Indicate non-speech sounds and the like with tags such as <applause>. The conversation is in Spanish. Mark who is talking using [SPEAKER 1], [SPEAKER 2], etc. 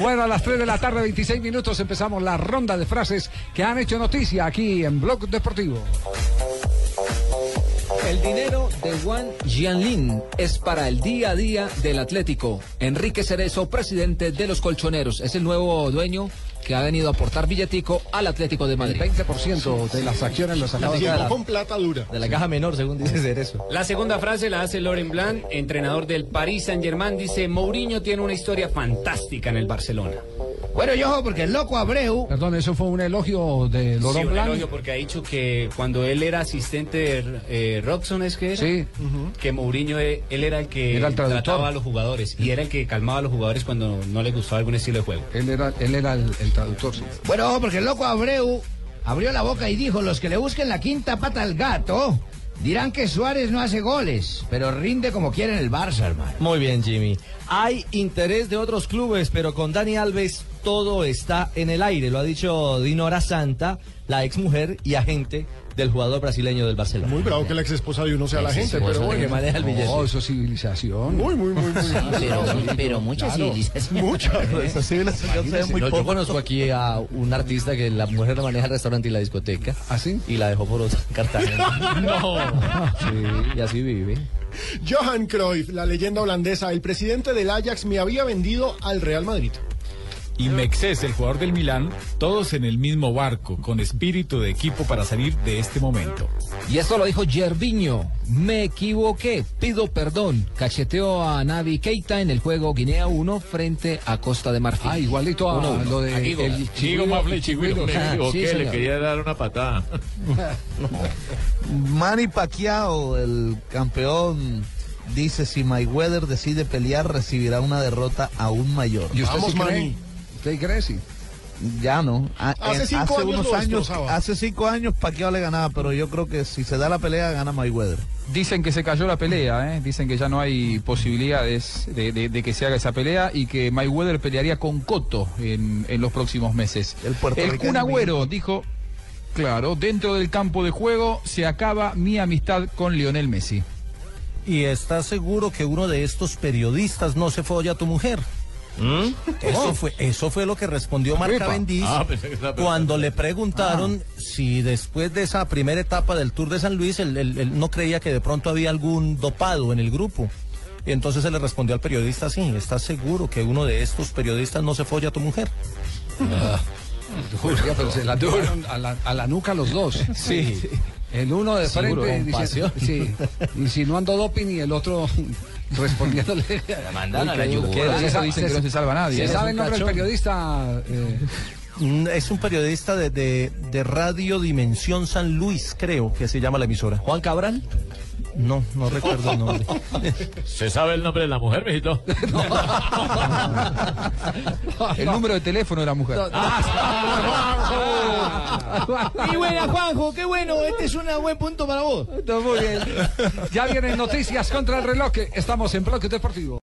[SPEAKER 1] Bueno, a las 3 de la tarde, 26 minutos, empezamos la ronda de frases que han hecho noticia aquí en Blog Deportivo.
[SPEAKER 2] El dinero de Juan Jianlin es para el día a día del Atlético. Enrique Cerezo, presidente de los Colchoneros, es el nuevo dueño que ha venido a aportar billetico al Atlético de
[SPEAKER 1] El
[SPEAKER 2] Madrid.
[SPEAKER 1] 20% de las acciones las acaba de
[SPEAKER 3] Llegó
[SPEAKER 1] ganar.
[SPEAKER 3] con plata dura.
[SPEAKER 4] De la caja menor, según dice eso.
[SPEAKER 5] La segunda frase la hace Loren Blanc, entrenador del Paris Saint-Germain. Dice, Mourinho tiene una historia fantástica en el Barcelona.
[SPEAKER 4] Bueno, yo ojo, porque el loco Abreu.
[SPEAKER 1] Perdón, eso fue un elogio de Lorón
[SPEAKER 5] Sí, un
[SPEAKER 1] Blanc.
[SPEAKER 5] elogio porque ha dicho que cuando él era asistente de eh, Robson, ¿es que era?
[SPEAKER 1] Sí.
[SPEAKER 5] Que Mourinho, eh, él era el que
[SPEAKER 1] Era el traductor.
[SPEAKER 5] trataba a los jugadores y era el que calmaba a los jugadores cuando no les gustaba algún estilo de juego.
[SPEAKER 1] Él era, él era el, el traductor, sí.
[SPEAKER 4] Bueno, ojo, porque el loco Abreu abrió la boca y dijo: Los que le busquen la quinta pata al gato dirán que Suárez no hace goles, pero rinde como quiere en el Barça, hermano.
[SPEAKER 6] Muy bien, Jimmy. Hay interés de otros clubes, pero con Dani Alves todo está en el aire. Lo ha dicho Dinora Santa, la exmujer y agente del jugador brasileño del Barcelona.
[SPEAKER 3] Muy bravo que la ex esposa de uno sea la gente,
[SPEAKER 6] Por
[SPEAKER 3] pero
[SPEAKER 6] eso que
[SPEAKER 3] bueno.
[SPEAKER 6] maneja el billete.
[SPEAKER 1] No, Oh, eso es civilización.
[SPEAKER 3] Muy, muy,
[SPEAKER 1] <laughs>
[SPEAKER 3] muy, muy.
[SPEAKER 4] Pero, pero muchas civilizaciones.
[SPEAKER 3] Mucha.
[SPEAKER 6] No, yo conozco aquí a un artista que la mujer lo maneja el restaurante y la discoteca.
[SPEAKER 1] ¿Ah, sí?
[SPEAKER 6] Y la dejó por otra <laughs> en Cartagena. Sí, y así vive.
[SPEAKER 3] <laughs> Johan Cruyff, la leyenda holandesa, el presidente del Ajax, me había vendido al Real Madrid.
[SPEAKER 7] Y Mexés, el jugador del Milán, todos en el mismo barco, con espíritu de equipo para salir de este momento.
[SPEAKER 2] Y esto lo dijo Gervinho. Me equivoqué, pido perdón. Cacheteó a Navi Keita en el juego Guinea 1 frente a Costa de Marfil.
[SPEAKER 1] Ah, igualito a
[SPEAKER 2] Uno, uno.
[SPEAKER 1] lo de
[SPEAKER 2] A Guigo.
[SPEAKER 1] el
[SPEAKER 7] Chigo, Mafle, Chigüiro.
[SPEAKER 2] Ah, sí, señor.
[SPEAKER 8] dar una patada.
[SPEAKER 9] Manny Pacquiao, el campeón, dice si Mayweather decide pelear recibirá una derrota aún mayor.
[SPEAKER 1] ¿Y usted
[SPEAKER 3] Vamos,
[SPEAKER 1] sí cree?
[SPEAKER 3] Manny.
[SPEAKER 1] ¿Usted cree, sí?
[SPEAKER 9] Ya no. A-
[SPEAKER 3] Hace
[SPEAKER 9] eh,
[SPEAKER 3] cinco años lo destrozaba.
[SPEAKER 9] hace cinco años Pacquiao le ganaba, pero yo creo que si se da la pelea gana Mayweather.
[SPEAKER 10] Dicen que se cayó la pelea, ¿eh? dicen que ya no hay posibilidades de, de- de que se haga esa pelea y que Mayweather pelearía con Cotto en, en los próximos meses.
[SPEAKER 9] El puertorriqueño
[SPEAKER 10] El Kun Agüero dijo, claro, dentro del campo de juego se acaba mi amistad con Lionel Messi.
[SPEAKER 6] ¿Y estás seguro que uno de estos periodistas no se folla a tu mujer? Eso, fue, eso fue lo que respondió Marca Bendiz
[SPEAKER 7] Ah,
[SPEAKER 10] Ah,
[SPEAKER 6] cuando le preguntaron si después de esa primera etapa del Tour de San Luis él, él- él no creía que de pronto había algún dopado en el grupo. Y entonces se le respondió al periodista así, ¿estás seguro que uno de estos periodistas no se folla a tu mujer?
[SPEAKER 1] Oiga, pero se la tiraron a la, a la nuca los dos.
[SPEAKER 6] Sí.
[SPEAKER 1] El uno de
[SPEAKER 6] Seguro,
[SPEAKER 1] frente
[SPEAKER 6] con
[SPEAKER 1] dice,
[SPEAKER 6] pasión.
[SPEAKER 1] sí, insinuando doping y el
[SPEAKER 10] <laughs>
[SPEAKER 1] otro respondiéndole.
[SPEAKER 6] mandaron a la
[SPEAKER 1] Uy, qué duro.
[SPEAKER 6] yugular.
[SPEAKER 1] Se
[SPEAKER 10] Eso
[SPEAKER 1] sabe-
[SPEAKER 10] dicen que no se salva nadie. ¿eh?
[SPEAKER 1] ¿Se
[SPEAKER 10] Eres
[SPEAKER 1] sabe
[SPEAKER 6] un
[SPEAKER 1] el nombre del
[SPEAKER 6] cachón.
[SPEAKER 1] periodista? eh,
[SPEAKER 6] Mm, Es un periodista de, de- de Radio Dimensión San Luis, creo que se llama la emisora. ¿Juan Cabral? No, no recuerdo el nombre. <laughs>
[SPEAKER 8] ¿Se sabe el nombre de la mujer,
[SPEAKER 10] <laughs>
[SPEAKER 8] mijito?
[SPEAKER 10] <laughs> El número de teléfono de la mujer.
[SPEAKER 1] Ah,
[SPEAKER 4] <laughs> Y buena, Juanjo, qué bueno. Este es un buen punto para vos.
[SPEAKER 1] ya vienen noticias contra el reloj. Estamos en Bloque Deportivo.